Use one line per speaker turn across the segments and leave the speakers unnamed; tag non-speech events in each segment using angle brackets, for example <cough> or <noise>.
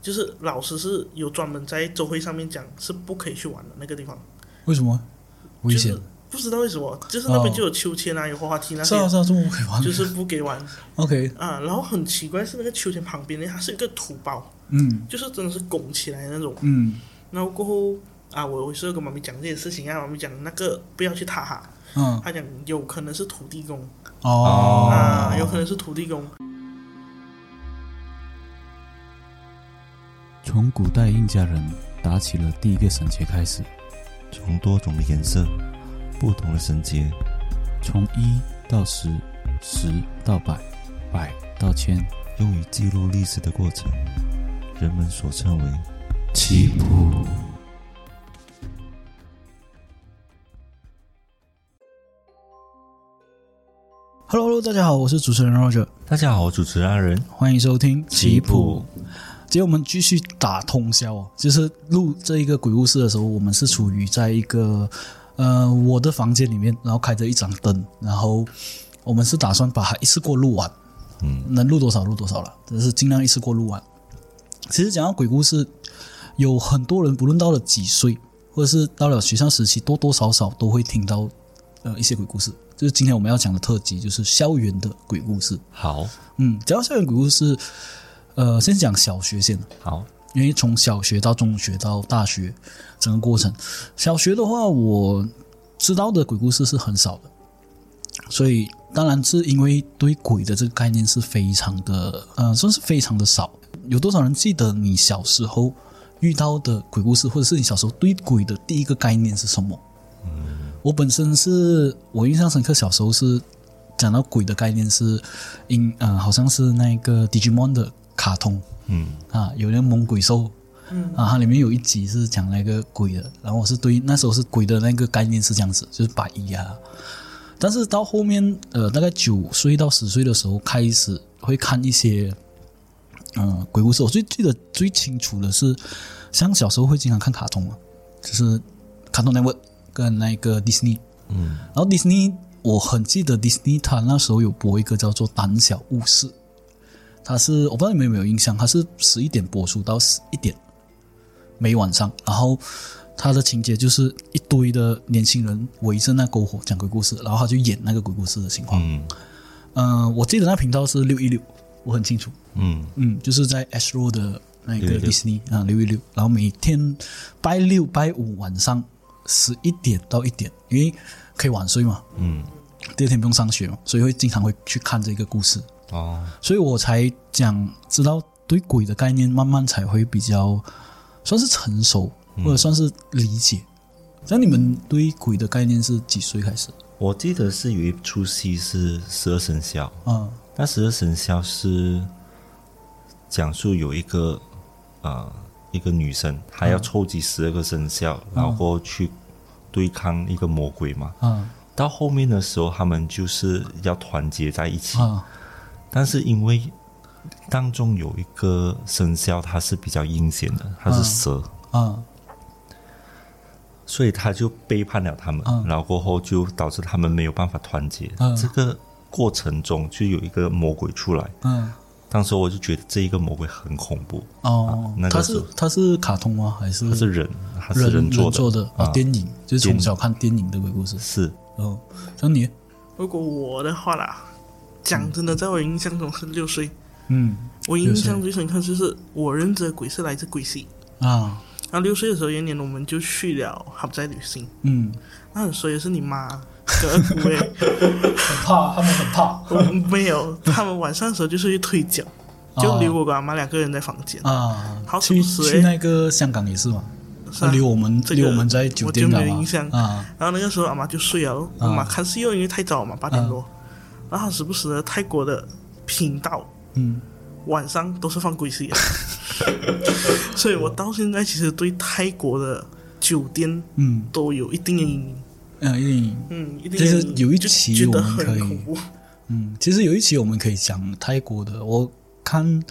就是老师是有专门在周会上面讲是不可以去玩的那个地方，
为什么？危险
就是？不知道为什么，就是那边
哦
就有秋千啊，有滑滑梯那
是
些，
啊是啊，这么不可以玩。
就是不给玩
OK，
啊。然后很奇怪是那个秋千旁边呢，它是一个土包，
嗯
就是真的是拱起来的那种。
嗯
然后过后啊，我我是跟妈咪讲这些事情啊，妈咪讲那个不要去踏哈，
嗯
她讲有可能是土地公、
哦
啊，有可能是土地公。
从古代印加人打起了第一个绳结开始，
从多种的颜色、不同的绳结、
从一到十，十到百，百到千，
用于记录历史的过程，人们所称为
起步。
，Hello Hello，大家好，我是主持人 Roger，
大家好，我主持人阿仁。
欢迎收听
棋谱。
今天我们继续打通宵哦，就是录这一个鬼故事的时候，我们是处于在一个呃我的房间里面，然后开着一盏灯，然后我们是打算把它一次过录完，
嗯，
能录多少录多少了，只是尽量一次过录完。其实讲到鬼故事，有很多人不论到了几岁，或者是到了学校时期，多多少少都会听到呃一些鬼故事。就是今天我们要讲的特辑，就是校园的鬼故事。
好，
嗯，讲到校园鬼故事，呃，先讲小学先，
好，
因为从小学到中学到大学，整个过程，小学的话，我知道的鬼故事是很少的，所以当然是因为对鬼的这个概念是非常的，呃，算是非常的少。有多少人记得你小时候遇到的鬼故事，或者是你小时候对鬼的第一个概念是什么？我本身是我印象深刻，小时候是讲到鬼的概念是，因呃好像是那个 Digimon 的卡通，
嗯，
啊，有那个猛鬼兽，
嗯
啊，它里面有一集是讲那个鬼的，然后我是对那时候是鬼的那个概念是这样子，就是白衣啊。但是到后面，呃，大概九岁到十岁的时候开始会看一些，嗯，鬼故事。我最记得最清楚的是，像小时候会经常看卡通嘛，啊就是卡通 network 跟那个 Disney，
嗯，
然后 Disney 我很记得 Disney 它那时候有播一个叫做《胆小误事》，它是我不知道你们有没有印象，它是十一点播出到十一点，每晚上，然后它的情节就是一堆的年轻人围着那篝火讲鬼故事，然后他就演那个鬼故事的情况。
嗯，
嗯、我记得那频道是六一六，我很清楚，
嗯，
嗯，就是在 Ash Road 的那个
616
Disney 啊六一六，然后每天拜六拜五晚上十一点到一点，因为可以晚睡嘛，
嗯，
第二天不用上学嘛，所以会经常会去看这个故事，
哦，
所以我才讲知道对鬼的概念慢慢才会比较算是成熟，
嗯
或者算是理解。那、你们对鬼的概念是几岁开始？
我记得是有一出戏是十二生肖，
啊，
那十二生肖是讲述有一个呃一个女生，她要凑集十二个生肖，然后去对抗一个魔鬼嘛。
啊
到后面的时候，他们就是要团结在一起，
啊
但是因为当中有一个生肖，它是比较阴险的，它
嗯
是蛇，
啊
所以他就背叛了他们，
嗯
然后过后就导致他们没有办法团结。
嗯
这个过程中就有一个魔鬼出来，
啊！
当时我就觉得这一个魔鬼很恐怖，
哦
啊，那个
它
时
是
候
它是卡通吗？还是
他是人，他是
人嗯人
做的，
做的啊？
啊
电影就是从
电影
小看电影的鬼故事。
是
哦，像你，
如果我的话啦，讲真的，在我印象中是六岁。
嗯
我印
六
象
岁
最深刻就是我认知的鬼是来自鬼戏。
啊
然后六岁的时候，有一年我们就去了好在旅行。
嗯，
那很衰的是你妈跟二姑哎，
很怕他们很怕
我没有，他们晚上的时候就是去推脚，就留我跟阿妈两个人在房间。
哦啊
好，
去
死欸
去那个香港也是嘛，
是
他
啊
留我们
这个
留我们在酒店
我就
干
没有
嘛
印象
啊？
然后那个时候阿妈就睡了，我妈看是又因为太早嘛，八点
啊
多。然后她时不时的泰国的频道
嗯，
晚上都是放鬼戏的，啊 <laughs> 所以我到现在其实对泰国的酒店
嗯
都有一定的阴影。
嗯，电影
嗯，一定
就是
阴影
有一
就
期
觉
我
得
们
很
可以
恐怖。
嗯，其实有一期我们可以讲泰国的，我看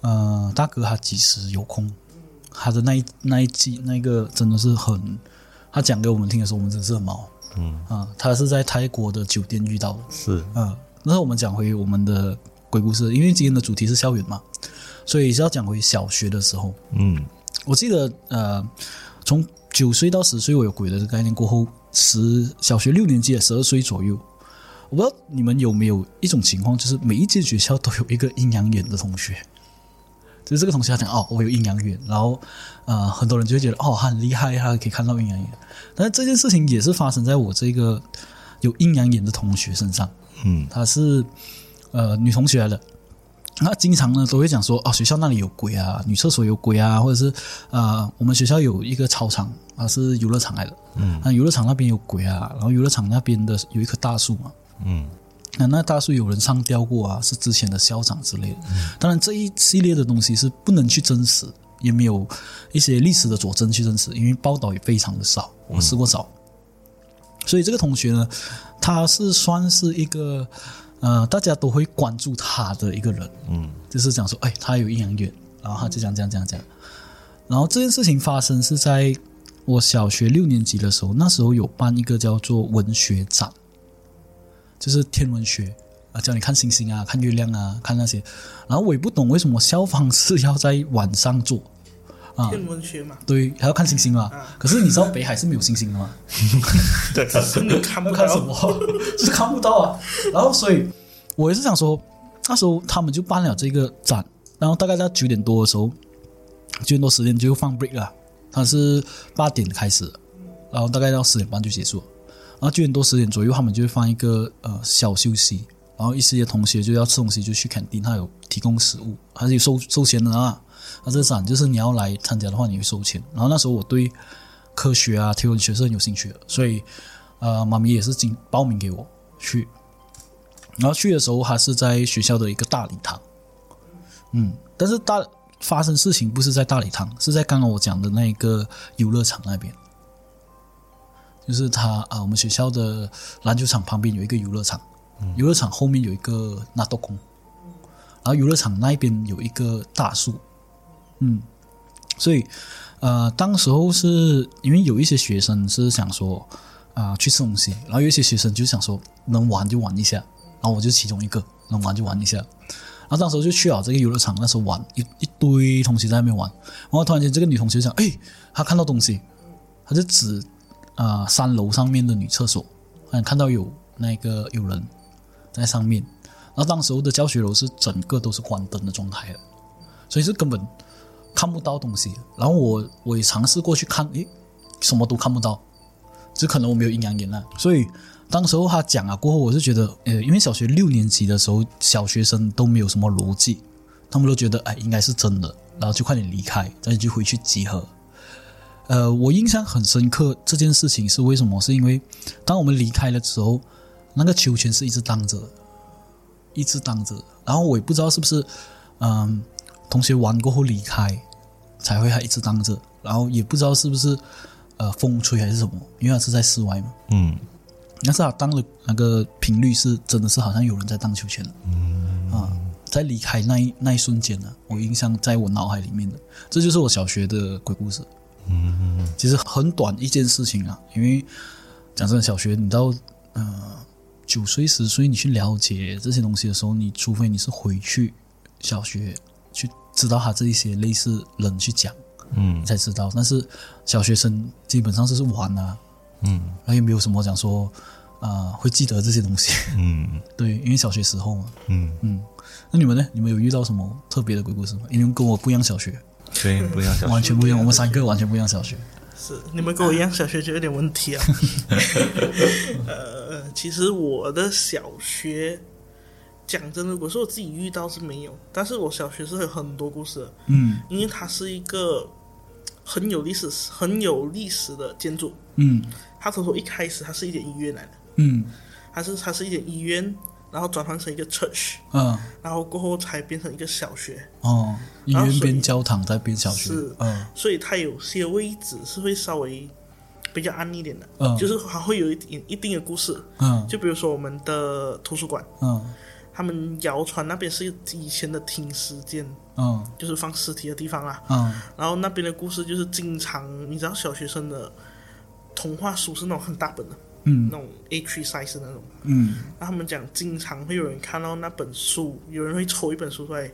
呃大哥他几时有空，他的那一那一季那个真的是很，他讲给我们听的时候，我们真的是很毛，
嗯
啊，他是在泰国的酒店遇到的，呃
是
嗯，那我们讲回我们的鬼故事，因为今天的主题是校园嘛。所以是要讲回小学的时候，
嗯
我记得呃，从九岁到十岁，我有鬼的这个概念过后，十小学六年级的十二岁左右，我不知道你们有没有一种情况，就是每一间学校都有一个阴阳眼的同学。就是这个同学他讲哦，我有阴阳眼，然后呃，很多人就会觉得哦，他很厉害，他可以看到阴阳眼。但是这件事情也是发生在我这个有阴阳眼的同学身上。
嗯
她是呃女同学来的，那经常呢都会讲说哦，学校那里有鬼啊，女厕所有鬼啊，或者是啊、呃我们学校有一个操场啊是游乐场来的，嗯，那游乐场那边有鬼啊，然后游乐场那边的有一棵大树嘛，
嗯
那那大树有人上吊过啊，是之前的校长之类的。当然，这一系列的东西是不能去证实，也没有一些历史的佐证去证实，因为报道也非常的少。我试过找，所以这个同学呢，他是算是一个呃，大家都会关注他的一个人。
嗯
就是讲说，哎，他有阴阳眼，然后他就讲讲讲讲，然后这件事情发生是在我小学六年级的时候，那时候有办一个叫做文学展，就是天文学啊，叫你看星星啊，看月亮啊，看那些，然后我也不懂为什么消防是要在晚上做，啊
天文学嘛，
对，还要看星星嘛，可是你知道北海是没有星星的吗？
对，
是你看不
要看什
到。
么， <laughs> 就是看不到啊。然后所以，我也是想说，那时候他们就办了这个展，然后大概在九点多的时候，九点多十点就放 break 了，它是八点开始，然后大概到十点半就结束了。然后九点多十点左右，他们就会放一个呃小休息，然后一些同学就要吃东西就去 canteen，他有提供食物，还是有收收钱的啊。那这个展就是你要来参加的话，你会收钱。然后那时候我对科学啊、天文学是很有兴趣的，所以呃，妈咪也是经报名给我去，然后去的时候还是在学校的一个大礼堂，嗯，但是大发生事情不是在大礼堂，是在刚刚我讲的那个游乐场那边，就是他啊，我们学校的篮球场旁边有一个游乐场，游乐场后面有一个纳豆宫，然后游乐场那一边有一个大树，嗯，所以呃，当时候是因为有一些学生是想说。啊、去吃东西，然后有一些学生就想说能玩就玩一下，然后我就其中一个能玩就玩一下，然后当时候就去了这个游乐场，那时候玩一一堆同学在那边玩，然后突然间这个女同学讲，哎，她看到东西，她就指啊、呃三楼上面的女厕所，嗯，看到有那个有人在上面，然后当时候的教学楼是整个都是关灯的状态的，所以是根本看不到东西，然后我我也尝试过去看，诶，什么都看不到。只可能我没有阴阳眼了，所以当时候他讲啊过后，我是觉得，呃，因为小学六年级的时候，小学生都没有什么逻辑，他们都觉得哎应该是真的，然后就快点离开，但是就回去集合。呃，我印象很深刻这件事情是为什么？是因为当我们离开的时候，那个球权是一直荡着的，一直荡着的。然后我也不知道是不是，嗯、同学玩过后离开，才会还一直荡着。然后也不知道是不是，呃，风吹还是什么，因为它是在室外嘛。
嗯
但是它荡的那个频率是真的是好像有人在荡秋千了。啊，在离开那一那一瞬间呢、我印象在我脑海里面的，这就是我小学的鬼故事。嗯，其实很短一件事情啊，因为讲真的，小学你到呃九岁十岁，你去了解这些东西的时候，你除非你是回去小学去知道他这一些类似人去讲，
嗯
你才知道。但是小学生基本上就是玩啊，
嗯
然后也没有什么讲说啊、呃会记得这些东西。
嗯
<laughs> 对，因为小学时候嘛。
嗯，
嗯，那你们呢？你们有遇到什么特别的鬼故事吗？因为你们跟我不一样小学，
对，不要小
<laughs>
完
心。
全不一样，我们三个完全不一样小学。
是你们跟我一样，小学就有点问题啊。呃，其实我的小学，讲真的，我说我自己遇到是没有，但是我小学是有很多故事的，
嗯
因为它是一个很有历史、很有历史的建筑。
嗯
它从头一开始，它是一间医院来的，
嗯
它是它是一间医院，然后转换成一个 church，
嗯
然后过后才变成一个小学，
哦，医
然后
院
所以
边教堂再边小学
是，
嗯
所以它有些位置是会稍微比较暗一点的，
嗯
就是还会有一点一定的故事。
嗯
就比如说我们的图书馆，
嗯
他们谣传那边是以前的停尸间，
嗯
就是放尸体的地方啦。
嗯
然后那边的故事就是经常，你知道小学生的童话书是那种很大本的，
嗯
那种 A3 size 的那种。
嗯
然后他们讲，经常会有人看到那本书，有人会抽一本书出来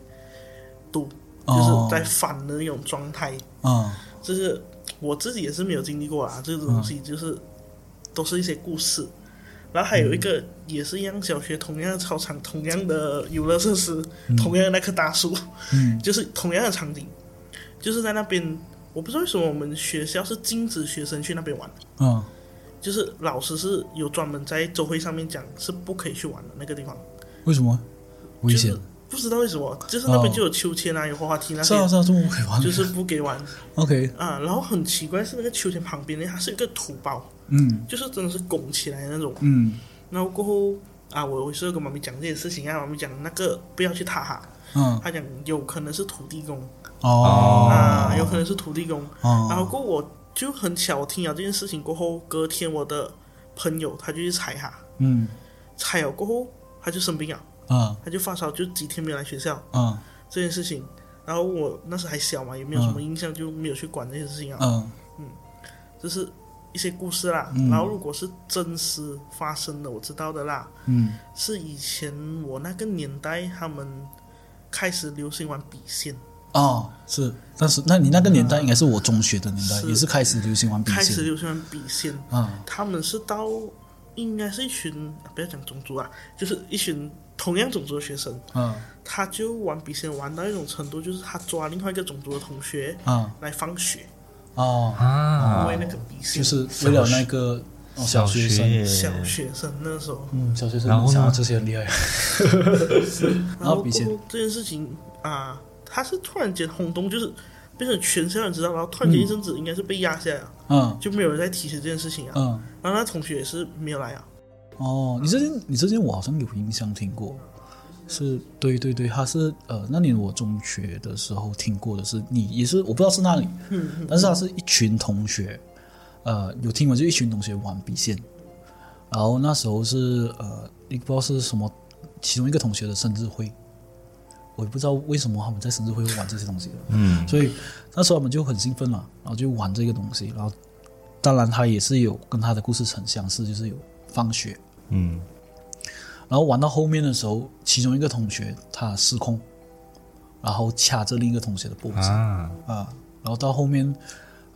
读，
嗯
就是在反的那种状态。
嗯
就是我自己也是没有经历过啊，这个东
嗯
西就是、都是一些故事。然后还有一个
嗯
也是一样，小学同样的操场，同样的游乐设施，同样的那棵大树，<laughs>
嗯
就是同样的场景，就是在那边。我不知道为什么我们学校是禁止学生去那边玩，
嗯
就是老师是有专门在周会上面讲是不可以去玩的那个地方，
为什么危险？
就是不知道为什么，就是那边
哦
就有秋千啊，有滑滑梯那
是
些，
啊是啊，这么不可以玩。
就是不给玩
OK，
啊。然后很奇怪是那个秋千旁边呢，它是一个土包，
嗯
就是真的是拱起来的那种。
嗯
然后过后啊，我我是有跟妈咪讲这些事情啊，妈咪讲那个不要去踏哈，
嗯
她讲有可能是土地公、
哦
啊，有可能是土地公。然后
哦
过后我就很巧听了这件事情过后，隔天我的朋友他就去踩哈，
嗯
踩了过后他就生病了，
啊
他就发烧，就几天没有来学校
啊
这件事情。然后我那时还小嘛，也没有什么印象，就没有去管这些事情啊。
嗯
这是一些故事啦。
嗯
然后如果是真实发生的，我知道的啦。
嗯
是以前我那个年代，他们开始流行玩笔仙，
哦是，但是那你那个年代应该是我中学的年代，
是
也是开始流行玩笔
开始
仙
流行玩笔仙，
啊
他们是到应该是一群啊不要讲种族啊，就是一群同样种族的学生，
啊
他就玩笔仙玩到一种程度，就是他抓另外一个种族的同学
啊
来放血，
哦，
啊
因为那个笔仙，
就是为了那个哦小学生。
小学生那时候，
嗯，小学生
然后呢
想到这些很厉害。
然后
啊笔
过
仙
后这件事情啊，他是突然间轰动，就是变成全校人知道，然后突然间一阵子应该是被压下来了，
嗯
就没有人再提起这件事情啊。
嗯，
然后他同学也是没有来啊，
哦，你这件你这件我好像有印象听过，是对对对，他是呃那年我中学的时候听过的是你也是我不知道是那里，但是他是一群同学，呃有听过就一群同学玩笔仙，然后那时候是呃你不知道是什么其中一个同学的生日会，我也不知道为什么他们在生日会会玩这些东西的，
嗯
所以那时候我们就很兴奋嘛，然后就玩这个东西，然后当然他也是有跟他的故事很相似，就是有放学。
嗯
然后玩到后面的时候，其中一个同学他失控，然后掐着另一个同学的脖子啊
啊，
然后到后面，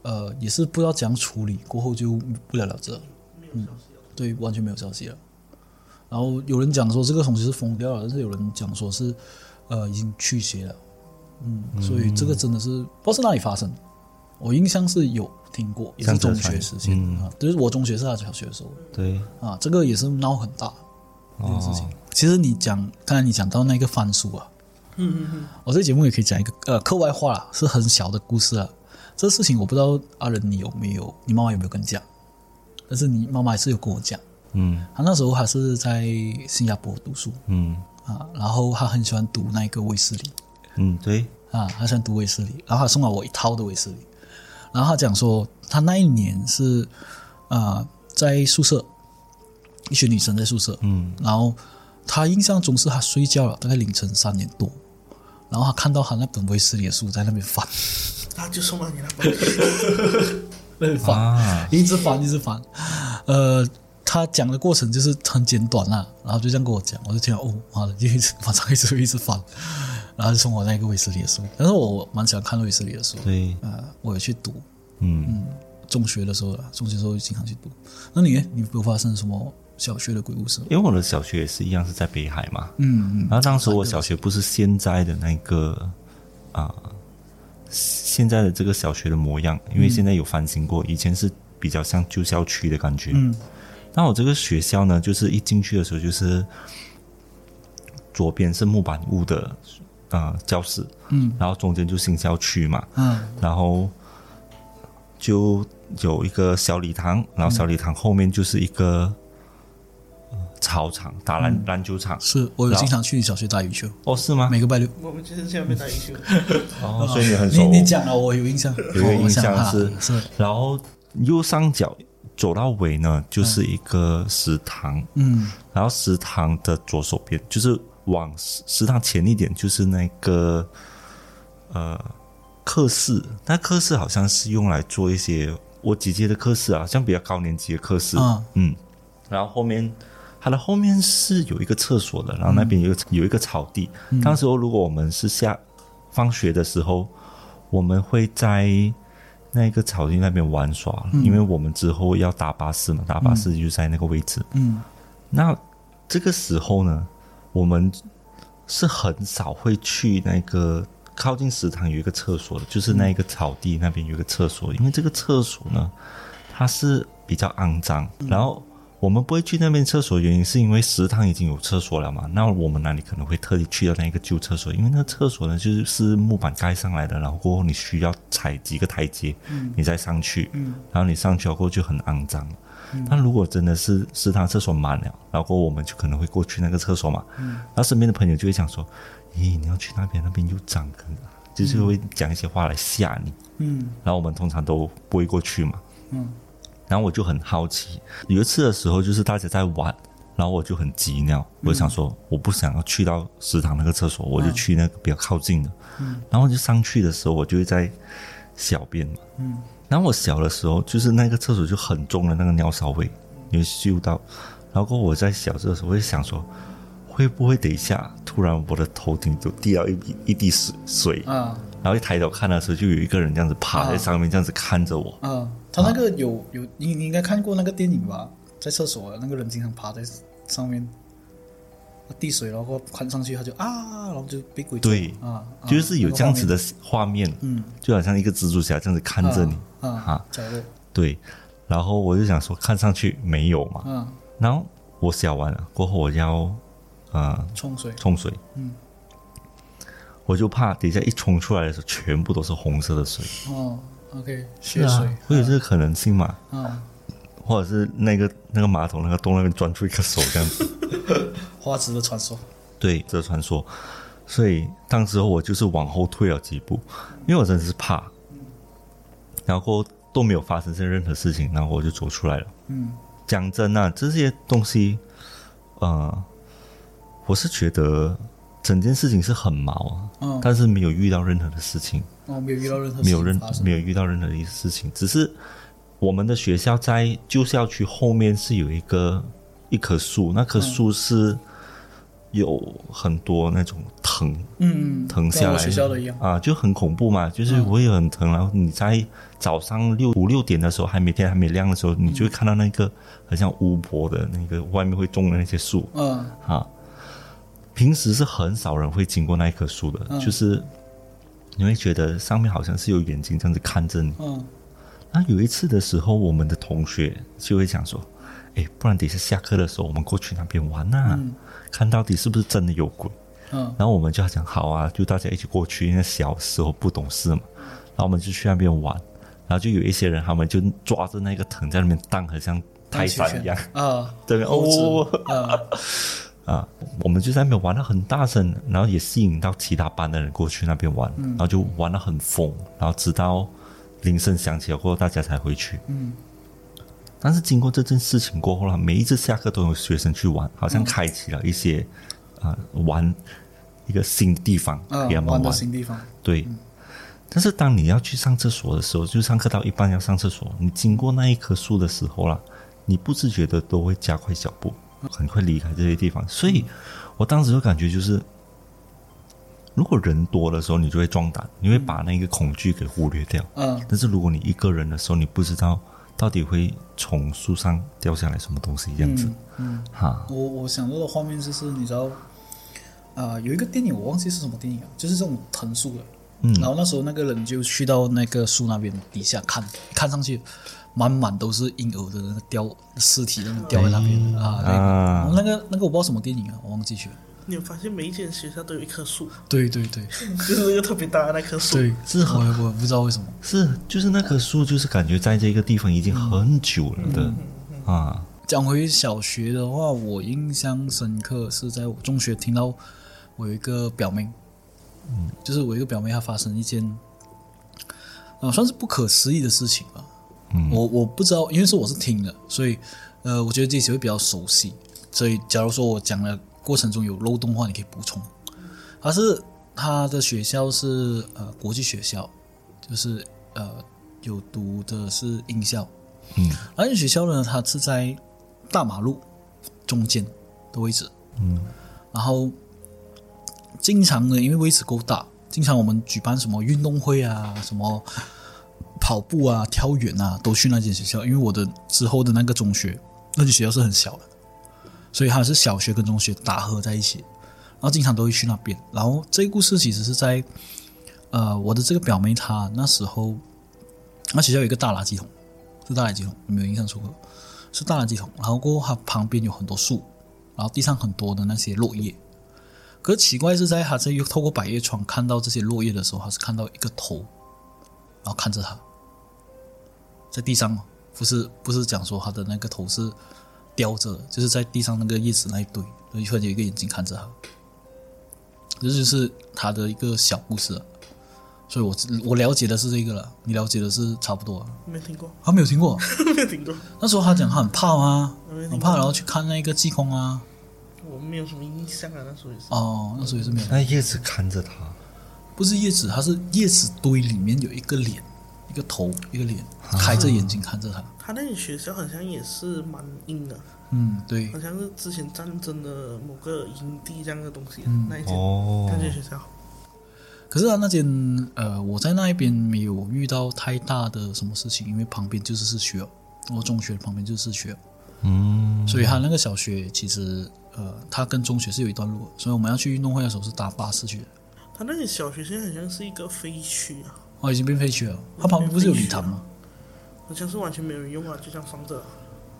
呃，也是不知道怎样处理，过后就不了了之了，嗯，对，完全没有消息了。然后有人讲说这个同学是疯掉了，但是有人讲说是，呃，已经去邪了，嗯，所以这个真的是不知道是哪里发生的，我印象是有听过，也是中学时期
这样子的传嗯
啊，就是我中学是他小学的时候，
对，
啊，这个也是闹很大这件事情。
哦
其实你讲，刚才你讲到那个番薯啊，
嗯嗯嗯，
我这节目也可以讲一个呃课外话啦，是很小的故事啊。这事情我不知道阿仁你有没有，你妈妈有没有跟你讲？但是你妈妈还是有跟我讲，
嗯
她那时候还是在新加坡读书
嗯
啊，然后她很喜欢读那个卫斯理
嗯，对，
啊，她喜欢读卫斯理，然后她送了我一套的卫斯理，然后她讲说，她那一年是啊、呃在宿舍，一群女生在宿舍，
嗯
然后他印象中是他睡觉了，大概凌晨三点多，然后他看到他那本威斯里的书在那边翻，
他就送到你那边，
那边 <laughs> 翻，
啊，
一直翻，一直翻。呃，他讲的过程就是很简短啦、然后就这样跟我讲，我就听到哦，妈的，就一直晚上一直一直翻，然后就送我那个威斯里的书，但是我蛮喜欢看威斯里的书，
对，
呃，我有去读，
嗯，
中学的时候啦，中学的时候就经常去读。那你呢？你有没有发生什么小学的鬼故事吗？
因为我的小学也是一样是在北海嘛，
嗯嗯，
然后当时我小学不是现在的那个啊、现在的这个小学的模样，因为现在有翻新过，以前是比较像旧校区的感觉。
嗯，
那我这个学校呢，就是一进去的时候就是左边是木板屋的呃教室，
嗯，
然后中间就新校区嘛，
嗯
然后就有一个小礼堂，然
嗯
后小礼堂后面就是一个。呃操场打篮
嗯
篮球场、
是我有经常去小学打羽球，
哦，是吗？
每个拜六。
<laughs> 我们就是下面打羽球，
哦，所以你很熟。
你你讲了，我有印象，
有一个
我
印象
想
是
啊是，
然后右上角走到尾呢，就是一个食堂，
嗯
然后食堂的左手边就是往食食堂前一点，就是那个呃课室，那课室好像是用来做一些我姐姐的课室啊，好像比较高年级的课室，
啊
嗯，然后后面。它的后面是有一个厕所的，然后那边有一个、有一个草地。当时候如果我们是下放学的时候，我们会在那个草地那边玩耍，
嗯
因为我们之后要搭巴士嘛，搭巴士就在那个位置。
嗯
那这个时候呢，我们是很少会去那个靠近食堂有一个厕所的，就是那一个草地那边有一个厕所，因为这个厕所呢，它是比较肮脏，然后。我们不会去那边厕所，原因是因为食堂已经有厕所了嘛。那我们哪里可能会特地去到那个旧厕所？因为那厕所呢，就是是木板盖上来的，然后过后你需要踩几个台阶，你再上去。然后你上去了过后就很肮脏。那如果真的是食堂厕所满了，然后我们就可能会过去那个厕所嘛。然后身边的朋友就会讲说：“咦，你要去那边，那边又脏，可能就是会讲一些话来吓你。
嗯
然后我们通常都不会过去嘛。
嗯
然后我就很好奇，有一次的时候就是大家在玩，然后我就很急尿，
嗯
我就想说我不想要去到食堂那个厕所，我就去那个比较靠近的。
嗯
然后就上去的时候，我就会在小便嘛。
嗯
然后我小的时候，就是那个厕所就很重的那个尿骚味，你会嗅到。然后我在小时候的时候，我就想说，会不会等一下突然我的头顶就滴到一滴一滴水水，
啊
然后一抬头看的时候，就有一个人这样子趴在上面，这样子看着我。
啊，他那个有有你你应该看过那个电影吧，在厕所啊那个人经常爬在上面。滴水，然后看上去他就啊，然后就被鬼抓
对
啊，啊
就是有这样子的
那个
画面，
嗯
就好像一个蜘蛛侠这样子看
画面
着你，
啊啊
啊，
角落
对。然后我就想说，看上去没有嘛。
啊，
然后我小完了过后，我要呃
冲水
冲水，
嗯，
我就怕等一下一冲出来的时候，全部都是红色的水，
哦，OK，血水
啊，会有这个可能性嘛？
啊，
或者是那个那个马桶那个洞那边钻出一个手这样子，
花枝的传说，
对，这个传说。所以当时候我就是往后退了几步，因为我真的是怕，然后都没有发生这任何事情，然后我就走出来了。
嗯
讲真啊，这些东西，呃，我是觉得整件事情是很毛啊，
嗯，
但是没有遇到任何的事情，
哦，没有遇到任何
没有任
事情发生
没有遇到任何一事情，只是我们的学校在旧校区后面是有一个一棵树，那棵
嗯
树是有很多那种藤
嗯嗯
藤
跟
下
我
来
学校的一样，
啊，就很恐怖嘛，就是
嗯
我也很疼。然后你在早上六五六点的时候，还没天还没亮的时候，你
嗯
就会看到那个很像巫婆的那个外面会种的那些树
嗯
啊。平时是很少人会经过那一棵树的，
嗯
就是你会觉得上面好像是有眼睛这样子看着你。
嗯
那有一次的时候，我们的同学就会讲说：“哎，不然等一下下课的时候，我们过去那边玩呐、
嗯
看到底是不是真的有鬼。”
嗯
然后我们就讲好啊，就大家一起过去，因为小时候不懂事嘛，然后我们就去那边玩，然后就有一些人他们就抓着那个藤在那边荡，很像泰山一样，
啊，
这边
猴
哦
子啊，
啊，我们就在那边玩的很大声，然后也吸引到其他班的人过去那边玩，然后就玩的很疯，然后直到铃声响起了过后，大家才回去。
嗯
但是经过这件事情过后呢，每一次下课都有学生去玩，好像开启了一些啊、呃玩一个新地方
啊
给他，们
玩
玩。
到新地方，
对。但是当你要去上厕所的时候，就上课到一半要上厕所，你经过那一棵树的时候啦，你不自觉的都会加快脚步，很快离开这些地方。所以我当时就感觉就是，如果人多的时候，你就会壮胆，你会把那个恐惧给忽略掉。
嗯
但是如果你一个人的时候，你不知道到底会从树上掉下来什么东西，这样子
嗯嗯，
哈，
我我想到的画面就是你知道，啊，有一个电影我忘记是什么电影了，就是这种藤树的，
嗯
然后那时候那个人就去到那个树那边底下看，看上去满满都是婴儿的那个雕尸体，那种掉在那边的啊。对然后
嗯啊，
那个那个我不知道什么电影啊，我忘记去了。
你有发现每一间学校都有一棵树，
对对对
就是那个特别大的那棵树。
对，
是
我也我也不知道为什么。
是就是那棵树，就是感觉在这个地方已经很久了的、
嗯
啊。
讲回小学的话，我印象深刻是在我中学听到我有一个表妹，嗯，就是我一个表妹她发生一件，呃，算是不可思议的事情吧。
嗯
我我不知道，因为是我是听的，所以呃，我觉得这些会比较熟悉。所以假如说我讲的过程中有漏洞的话，你可以补充。她是她的学校是呃国际学校，就是呃有读的是音校。
嗯
安全学校呢，它是在大马路中间的位置，
嗯
然后经常呢，因为位置够大，经常我们举办什么运动会啊，什么跑步啊、跳远啊，都去那间学校。因为我的之后的那个中学，那间学校是很小的，所以它是小学跟中学打合在一起，然后经常都会去那边。然后这个故事其实是在，呃，我的这个表妹她那时候，那学校有一个大垃圾桶，是大垃圾桶，你没有印象错过，是大垃圾桶。然后过后它旁边有很多树，然后地上很多的那些落叶。可是奇怪是在他这又透过百叶窗看到这些落叶的时候，他是看到一个头，然后看着他，在地上哦，不是不是讲说他的那个头是叼着的，就是在地上那个叶子那一堆，所以突然有一个眼睛看着他，这就是他的一个小故事啊。所以我知我了解的是这个了，你了解的是差不多啊。
没听过， <laughs>
他没有听过，
没听过，
那时候他讲他很怕啊，
我没有
很
听
怕，
过，
然后去看那个济公啊。
我没有什么印象啊，那时候也是。
哦，那时候也是没有。
那叶子看着他，
不是叶子，它是叶子堆里面有一个脸，一个头，一个脸，开着眼睛看着他。
他那个学校好像也是蛮硬的，
嗯，对
好，像是之前战争的某个营地这样的东西，啊
嗯
那一间
哦
那间学校。
可是他啊那间呃，我在那一边没有遇到太大的什么事情，因为旁边就是市区哦，我中学旁边就是市区哦，
嗯，
所以他那个小学其实呃，它跟中学是有一段路的，所以我们要去运动会的时候是搭巴士去的。
他那个小学现在好像是一个废墟啊，
哦，已经变废墟了。它旁边不是有礼堂吗？
好像是完全没有人用啊，就这样放着啊、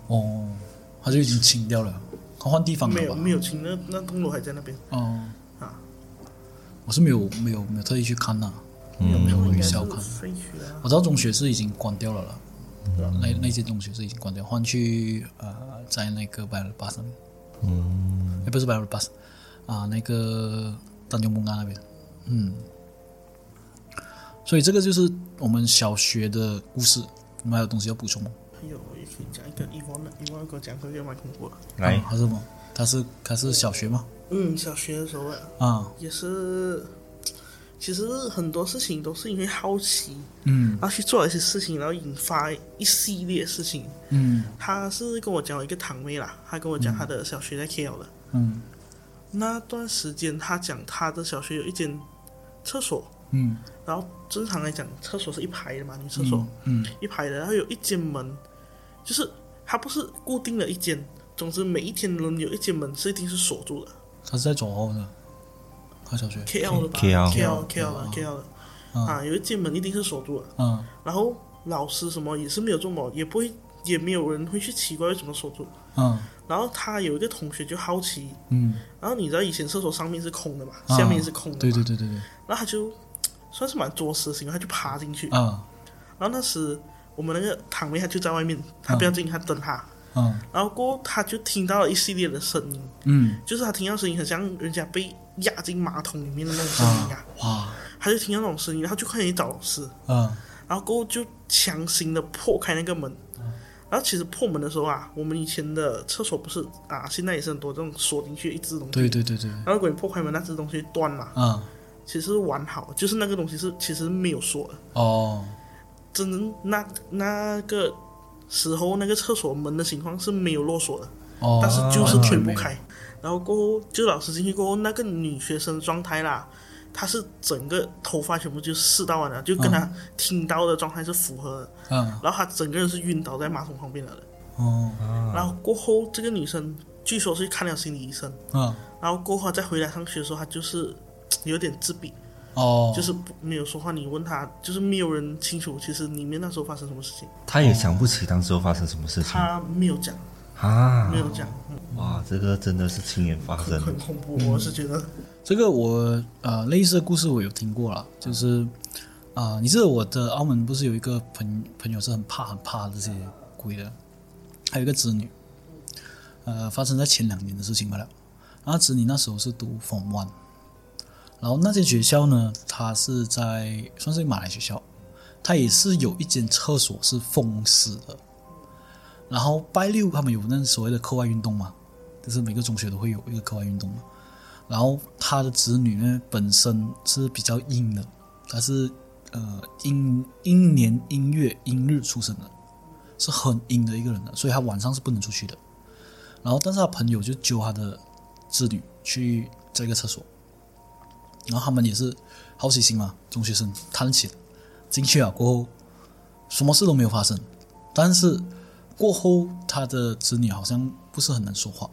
哦，它就已经清掉了，它换地方了吧？
没有没有清，那那栋楼还在那边
哦，
啊，
我是没有没有没有特意去看呐、
没有没
有
应
回
该
校
是
看
废墟啊
我，知道中学是已经关掉了啦，
对啊
那那间中学是已经关掉，换去呃，在那个百乐巴上面，嗯，也不是百乐巴士啊，那个丹中木安那边，嗯，所以这个就是我们小学的故事。你们还有东西要补充吗？
还有也可以讲一个伊万的，伊万给我讲过一个蛮恐怖的。
来
啊，还是什么？他是他是小学吗？
嗯，小学的时候啊，
啊，
也是，其实很多事情都是因为好奇，
嗯
然后去做一些事情，然后引发一系列事情。
嗯
他是跟我讲我一个堂妹啦，他跟我讲他的小学在 KL 的、
嗯
那段时间，他讲他的小学有一间厕所，
嗯，
然后正常来讲厕所是一排的嘛，女厕所、
嗯
一排的，然后有一间门，就是它不是固定的一间，总之每一天轮流一间门是一定是锁住的。
他是在左后呢，他小学，
KL 的吧
KL
KL KL 的 KL 的啊，有一间门一定是锁住的，
嗯
然后老师什么也是没有做么，也不会，也没有人会去奇怪为什么锁住。
嗯
然后他有一个同学就好奇，
嗯，
然后你知道以前厕所上面是空的嘛，
啊
下面也是空的嘛，
对对对对对，
然后他就算是蛮作死的行为，他就爬进去。
啊
然后那时我们那个堂妹她就在外面，
啊
她不要进，她等她。
嗯
然后过后她就听到了一系列的声音，
嗯，
就是她听到声音很像人家被压进马桶里面的那种声音啊，
哇，
她就听到那种声音，然后就快点去找老师，
嗯
然后过后就强行的破开那个门。然后其实破门的时候啊，我们以前的厕所不是啊，现在也是很多这种锁进去一只东西，
对对对对，
然后如果你破开门，那只东西断嘛，
啊
其实完好，就是那个东西是其实没有锁的，
哦，
真的那那个时候那个厕所门的情况是没有落锁的，
哦，
但是就是
完全
推不
没有
开。然后过后，就老师进去过后，那个女学生状态啦，她是整个头发全部就湿到完了，就跟
哦
她听到的状态是符合的。
嗯
然后她整个人是晕倒在马桶旁边了的。
哦
然后过后，这个女生据说是去看了心理医生，
嗯
然后过后再回来上学的时候，她就是有点自闭，
哦，
就是不没有说话。你问她，就是没有人清楚其实里面那时候发生什么事情，
他也想不起当时候发生什么事情
她没有讲。
啊
没！有讲，
哇，这个真的是亲眼发生
嗯，很恐怖。我是觉得，
这个我呃类似的故事我有听过啦，就是啊、你记得我的澳门不是有一个朋朋友是很怕很怕这些鬼的，还有一个侄女，呃，发生在前两年的事情罢了。然后侄女那时候是读 Form One，然后那间学校呢，它是在算是马来学校，它也是有一间厕所是封死的。然后拜六他们有那所谓的课外运动嘛，就是每个中学都会有一个课外运动嘛。然后他的子女呢本身是比较阴的，他是呃阴阴年阴月阴日出生的，是很阴的一个人的，所以他晚上是不能出去的。然后，但是他朋友就揪他的子女去这个厕所，然后他们也是好奇心嘛，中学生贪钱，进去了过后，什么事都没有发生，但是过后他的子女好像不是很能说话，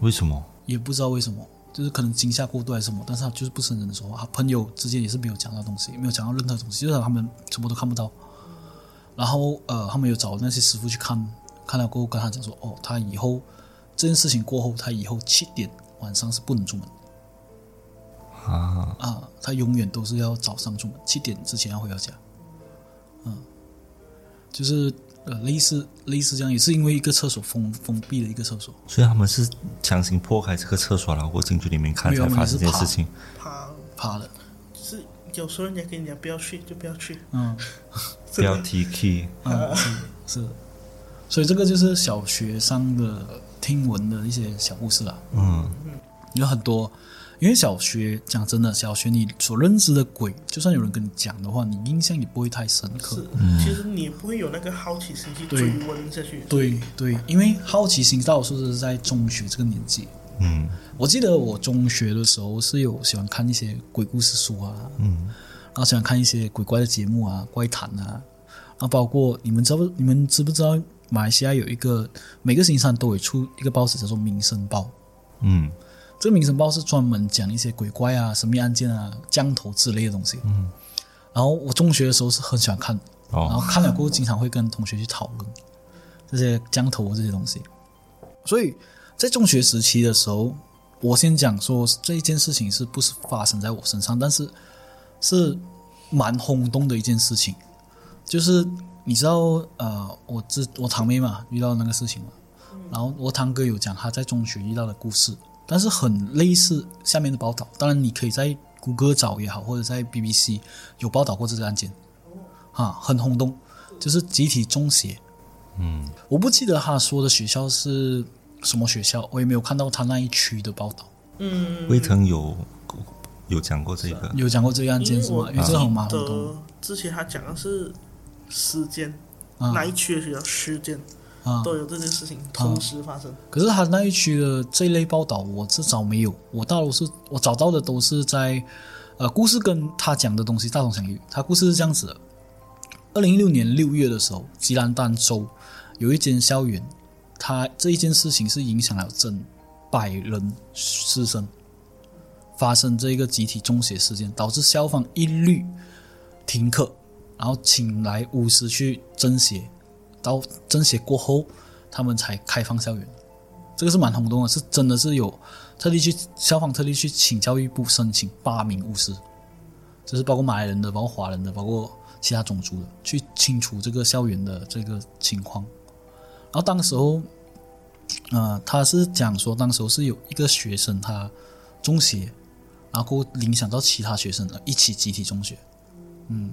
为什么？
也不知道为什么，就是可能惊吓过度还是什么，但是他就是不是很能说话。他朋友之间也是没有讲到东西，没有讲到任何东西，就是他们什么都看不到。然后呃，他们有找那些师傅去看，看了过后跟他讲说，哦，他以后这件事情过后，他以后七点晚上是不能出门
啊，
啊，他永远都是要早上出门，七点之前要回到家。嗯，就是呃类似类似这样，也是因为一个厕所封封闭的一个厕所，
所以他们是强行破开这个厕所，然后进去里面看，
没有
才
他们
发现这件
是怕
事情。
怕
趴的，
是有时候人家跟你讲不要去就不要去，
嗯。
不要提 key，
啊，是是，所以这个就是小学生的听闻的一些小故事啦，
嗯，
有很多。因为小学讲真的，小学你所认知的鬼，就算有人跟你讲的话，你印象也不会太深刻
是。，其实你也不会有那个好奇心去
嗯对
追问下去。
对对，因为好奇心到处是在中学这个年纪。
嗯
我记得我中学的时候是有喜欢看一些鬼故事书啊，
嗯，
然后喜欢看一些鬼怪的节目啊、怪谈啊，然后包括你们知不？你们知不知道马来西亚有一个每个星期三都会出一个报纸叫做《民生报》，
嗯
这个《民生报》是专门讲一些鬼怪啊、神秘案件啊、降头之类的东西。嗯，然后我中学的时候是很喜欢看，然后
哦，
看了过后经常会跟同学去讨论这些降头这些东西。所以在中学时期的时候，我先讲说这一件事情是不是发生在我身上，但是是蛮轰动的一件事情，就是你知道呃，我之我堂妹嘛遇到那个事情嘛，然后我堂哥有讲他在中学遇到的故事，但是很类似下面的报道，当然你可以在谷歌找也好，或者在 BBC 有报道过这个案件，啊，很轰动，就是集体中邪。
嗯
我不记得他说的学校是什么学校，我也没有看到他那一区的报道。
嗯，
魏腾有有讲过这个，
有讲过这个案
因
件
为
是
我
吗？
记
因为这很蛮轰动
得之前他讲的是时间，
啊
哪一区的学校时间
啊！
都有这件事情同时发生。
可是他那一区的这一类报道，我至少没有。我大多是我找到的都是在，呃，故事跟他讲的东西大同小异。他故事是这样子的：二零一六年六月的时候，吉兰丹州有一间校园，它这一件事情是影响了整百人师生，发生这一个集体中邪事件，导致校方一律停课，然后请来巫师去征邪，到征邪过后，他们才开放校园。这个是蛮轰动的，是真的是有特地去消防特地去请教育部申请八名巫师，就是包括马来人的，包括华人的，包括其他种族的，去清除这个校园的这个情况。然后当时候，呃，他是讲说，当时候是有一个学生他中啊邪，然后影响到其他学生呃了，一起集体中邪。嗯，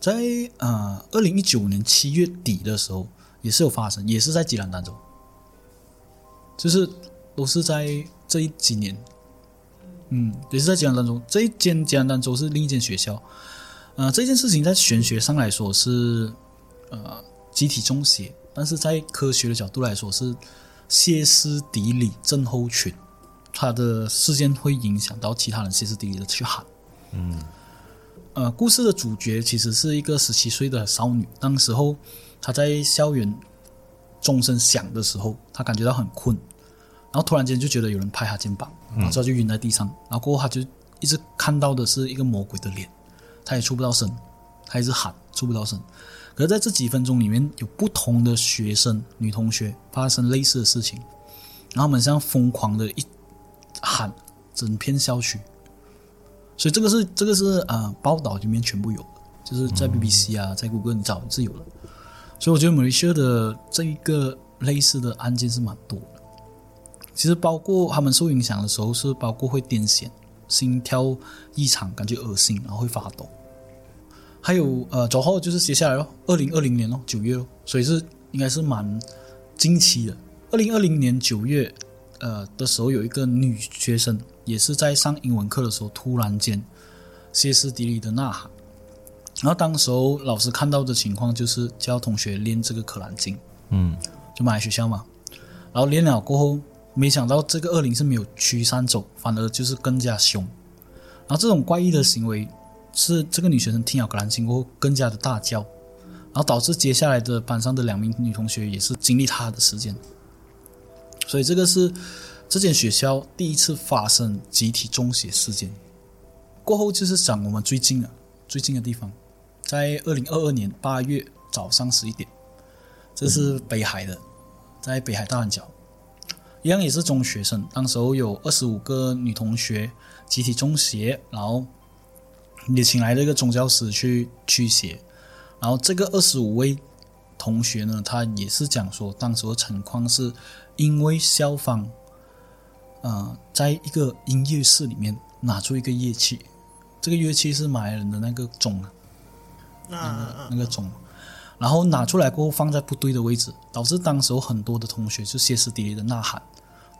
在呃二零一九年七月底的时候，也是有发生，也是在吉兰丹州。就是都是在这一几年，嗯，也是在吉兰丹州。这一间吉兰丹州是另一间学校，呃，这件事情在玄学上来说是呃集体中邪，但是在科学的角度来说是歇斯底里症候群，它的事件会影响到其他人歇斯底里的去喊。嗯，呃，故事的主角其实是一个十七岁的少女，当时候她在校园钟声响的时候，他感觉到很困，然后突然间就觉得有人拍他肩膀，然后之后就晕在地上，然后过后他就一直看到的是一个魔鬼的脸，他也出不到声，他一直喊出不到声。可是在这几分钟里面，有不同的学生女同学发生类似的事情，然后他们像疯狂的一喊，整片校区。所以这个是这个是呃报道里面全部有的，就是在 BBC 啊，在谷歌你找是有的。所以我觉得 m a l a y 的这一个类似的案件是蛮多的。其实包括他们受影响的时候，是包括会癫痫、心跳异常、感觉恶心，然后会发抖。还有呃，走后就是接下来咯，二零二零年咯，九月咯，所以是应该是蛮惊奇的。二零二零年九月，呃的时候，有一个女学生也是在上英文课的时候，突然间歇斯底里的呐喊。然后当时候老师看到的情况就是教同学练这个可兰经，
嗯
就买来学校嘛。然后练了过后，没想到这个恶灵是没有驱散走，反而就是更加凶，然后这种怪异的行为是这个女学生听了格兰经过后更加的大叫，然后导致接下来的班上的两名女同学也是经历她的事件，所以这个是这间学校第一次发生集体中邪事件。过后就是讲我们最近啊，最近的地方，在二零二二年八月早上十一点，这是北海的，在北海大安角，一样也是中学生，当时候有二十五个女同学集体中邪，然后也请来了一个宗教师去驱邪，然后这个二十五位同学呢，他也是讲说，当时的情况是因为消防，呃，在一个音乐室里面拿出一个乐器，这个乐器是马来人的那个钟啊，
那啊
那个钟，然后拿出来过后放在不对的位置，导致当时有很多的同学就歇斯底里的呐喊，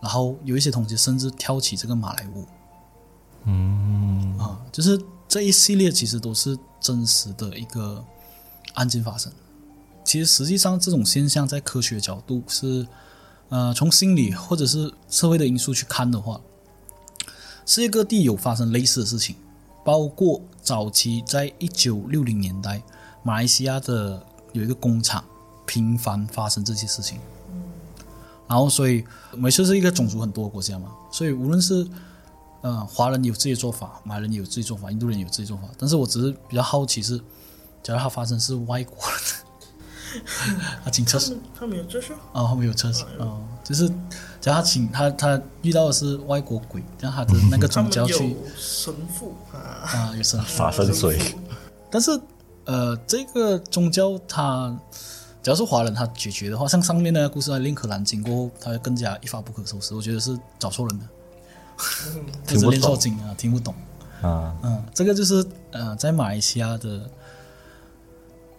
然后有一些同学甚至跳起这个马来舞。嗯，啊，就是这一系列其实都是真实的一个案件发生。其实实际上这种现象在科学角度是，呃，从心理或者是社会的因素去看的话，世界各地有发生类似的事情，包括早期在一九六零年代，马来西亚的有一个工厂频繁发生这些事情。然后，所以马来西亚是一个种族很多的国家嘛，所以无论是呃华人有自己的做法，马来人有自己的做法，印度人有自己的做法，但是我只是比较好奇是，假如它发生是外国人， <laughs> 他请车
他们他们有这事？
啊，后面有车子啊，就是只要他请他他遇到的是外国鬼，让他的那个
他
宗
们
教
有
去
神父啊，
啊有神
法分水
神父
但是呃，这个宗教它，只要是华人他解决的话，像上面那个故事啊，林可兰经过后，他更加一发不可收拾。我觉得是找错人了，
嗯
不是
听不
练错
懂
经啊，听不懂。
啊，
嗯，这个就是呃，在马来西亚的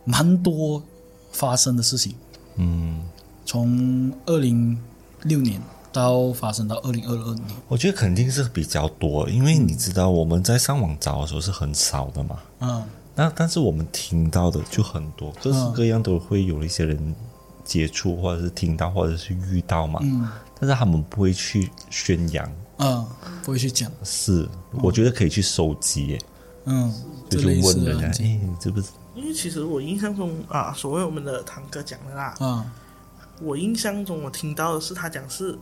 蛮多发生的事情，
嗯，
从二零六年到发生到二零二二年。
我觉得肯定是比较多，因为你知道我们在上网找的时候是很少的嘛。
嗯，
那但是我们听到的就很多，各式各样都会有一些人接触，或者是听到，或者是遇到嘛。
嗯
但是他们不会去宣扬，
嗯，不会去讲。
是我觉得可以去收集耶，
嗯，哦这
就
类
去
似
问
的
人家，
案件
哎，你这不是
因为其实我印象中啊，所谓我们的堂哥讲的啦，
哎
啊，
我印象中我听到的是他讲是，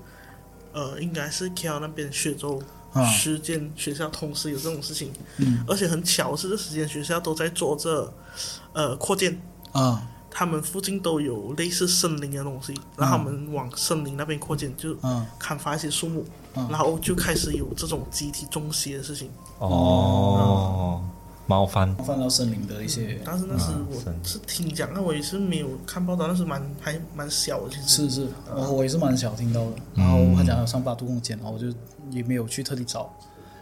呃，应该是 KL 那边雪州
啊
十间学校同时有这种事情，
嗯
而且很巧的是这十间学校都在做这，呃，扩建，
啊
他们附近都有类似森林的东西，然
嗯
后他们往森林那边扩建，就
啊
砍伐一些树木，
嗯
然后就开始有这种集体中邪的事情。
哦，猫翻
放到森林的一些
但是那时
啊森
我
林
是听讲，那我也是没有看报道，那时蛮还蛮小的，其实
是是，我我也是蛮小听到的。然后他讲有上八度空间，然后我就也没有去特地找，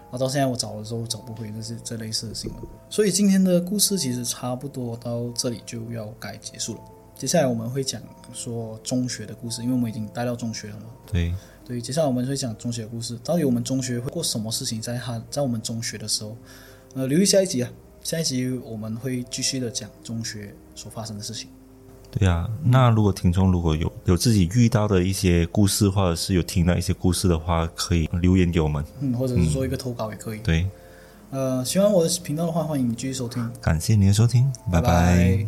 然后到现在我找的时候找不回这些这类似的新闻。所以今天的故事其实差不多到这里就要该结束了。接下来我们会讲说中学的故事，因为我们已经待到中学了嘛。
对，
对，接下来我们会讲中学的故事，到底我们中学会过什么事情在他在我们中学的时候，呃，留意下一集啊，下一集我们会继续的讲中学所发生的事情。
对啊，
嗯
那如果听众如果有有自己遇到的一些故事，或者是有听到一些故事的话，可以留言给我们。
嗯，或者是做一个投稿也可以。
对，
呃，喜欢我的频道的话，欢迎你继续收听，
感谢您的收听，拜拜
拜